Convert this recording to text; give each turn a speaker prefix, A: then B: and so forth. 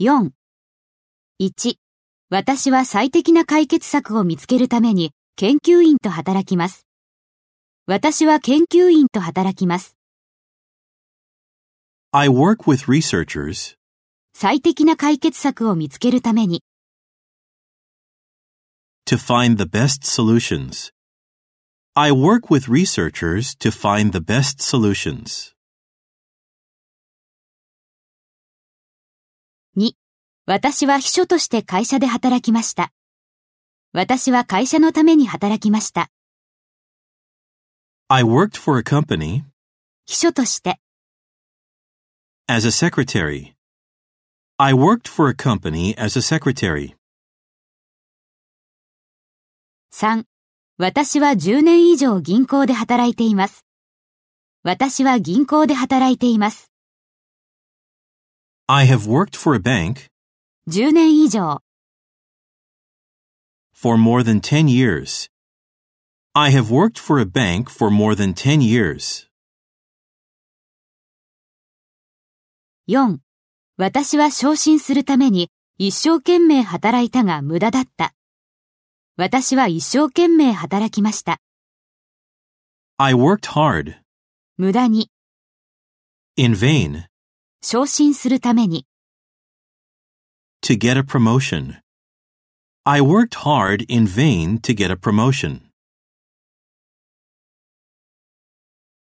A: 4。1、私は最適な解決策を見つけるために研究員と働きます。私は研究員と働きます。
B: I work with researchers.
A: 最適な解決策を見つけるために、
B: to find the best solutions. I work with researchers to find the best solutions.
A: 私は秘書として会社で働きました。私は会社のために働きました。
B: I worked for a company
A: 秘書として、
B: as a secretary. I worked for a company as a secretary.
A: 3、私は10年以上銀行で働いています。私は銀行で働いています。
B: I have worked for a bank
A: 10年以上、
B: for more than 10 years. I have worked for a bank for more than 10 years.
A: 4、私は昇進するために一生懸命働いたが無駄だった。私は一生懸命働きました。
B: I worked hard,
A: 無駄に、
B: in vain,
A: 昇進するために、
B: to get a promotion. I worked hard in vain to get a promotion.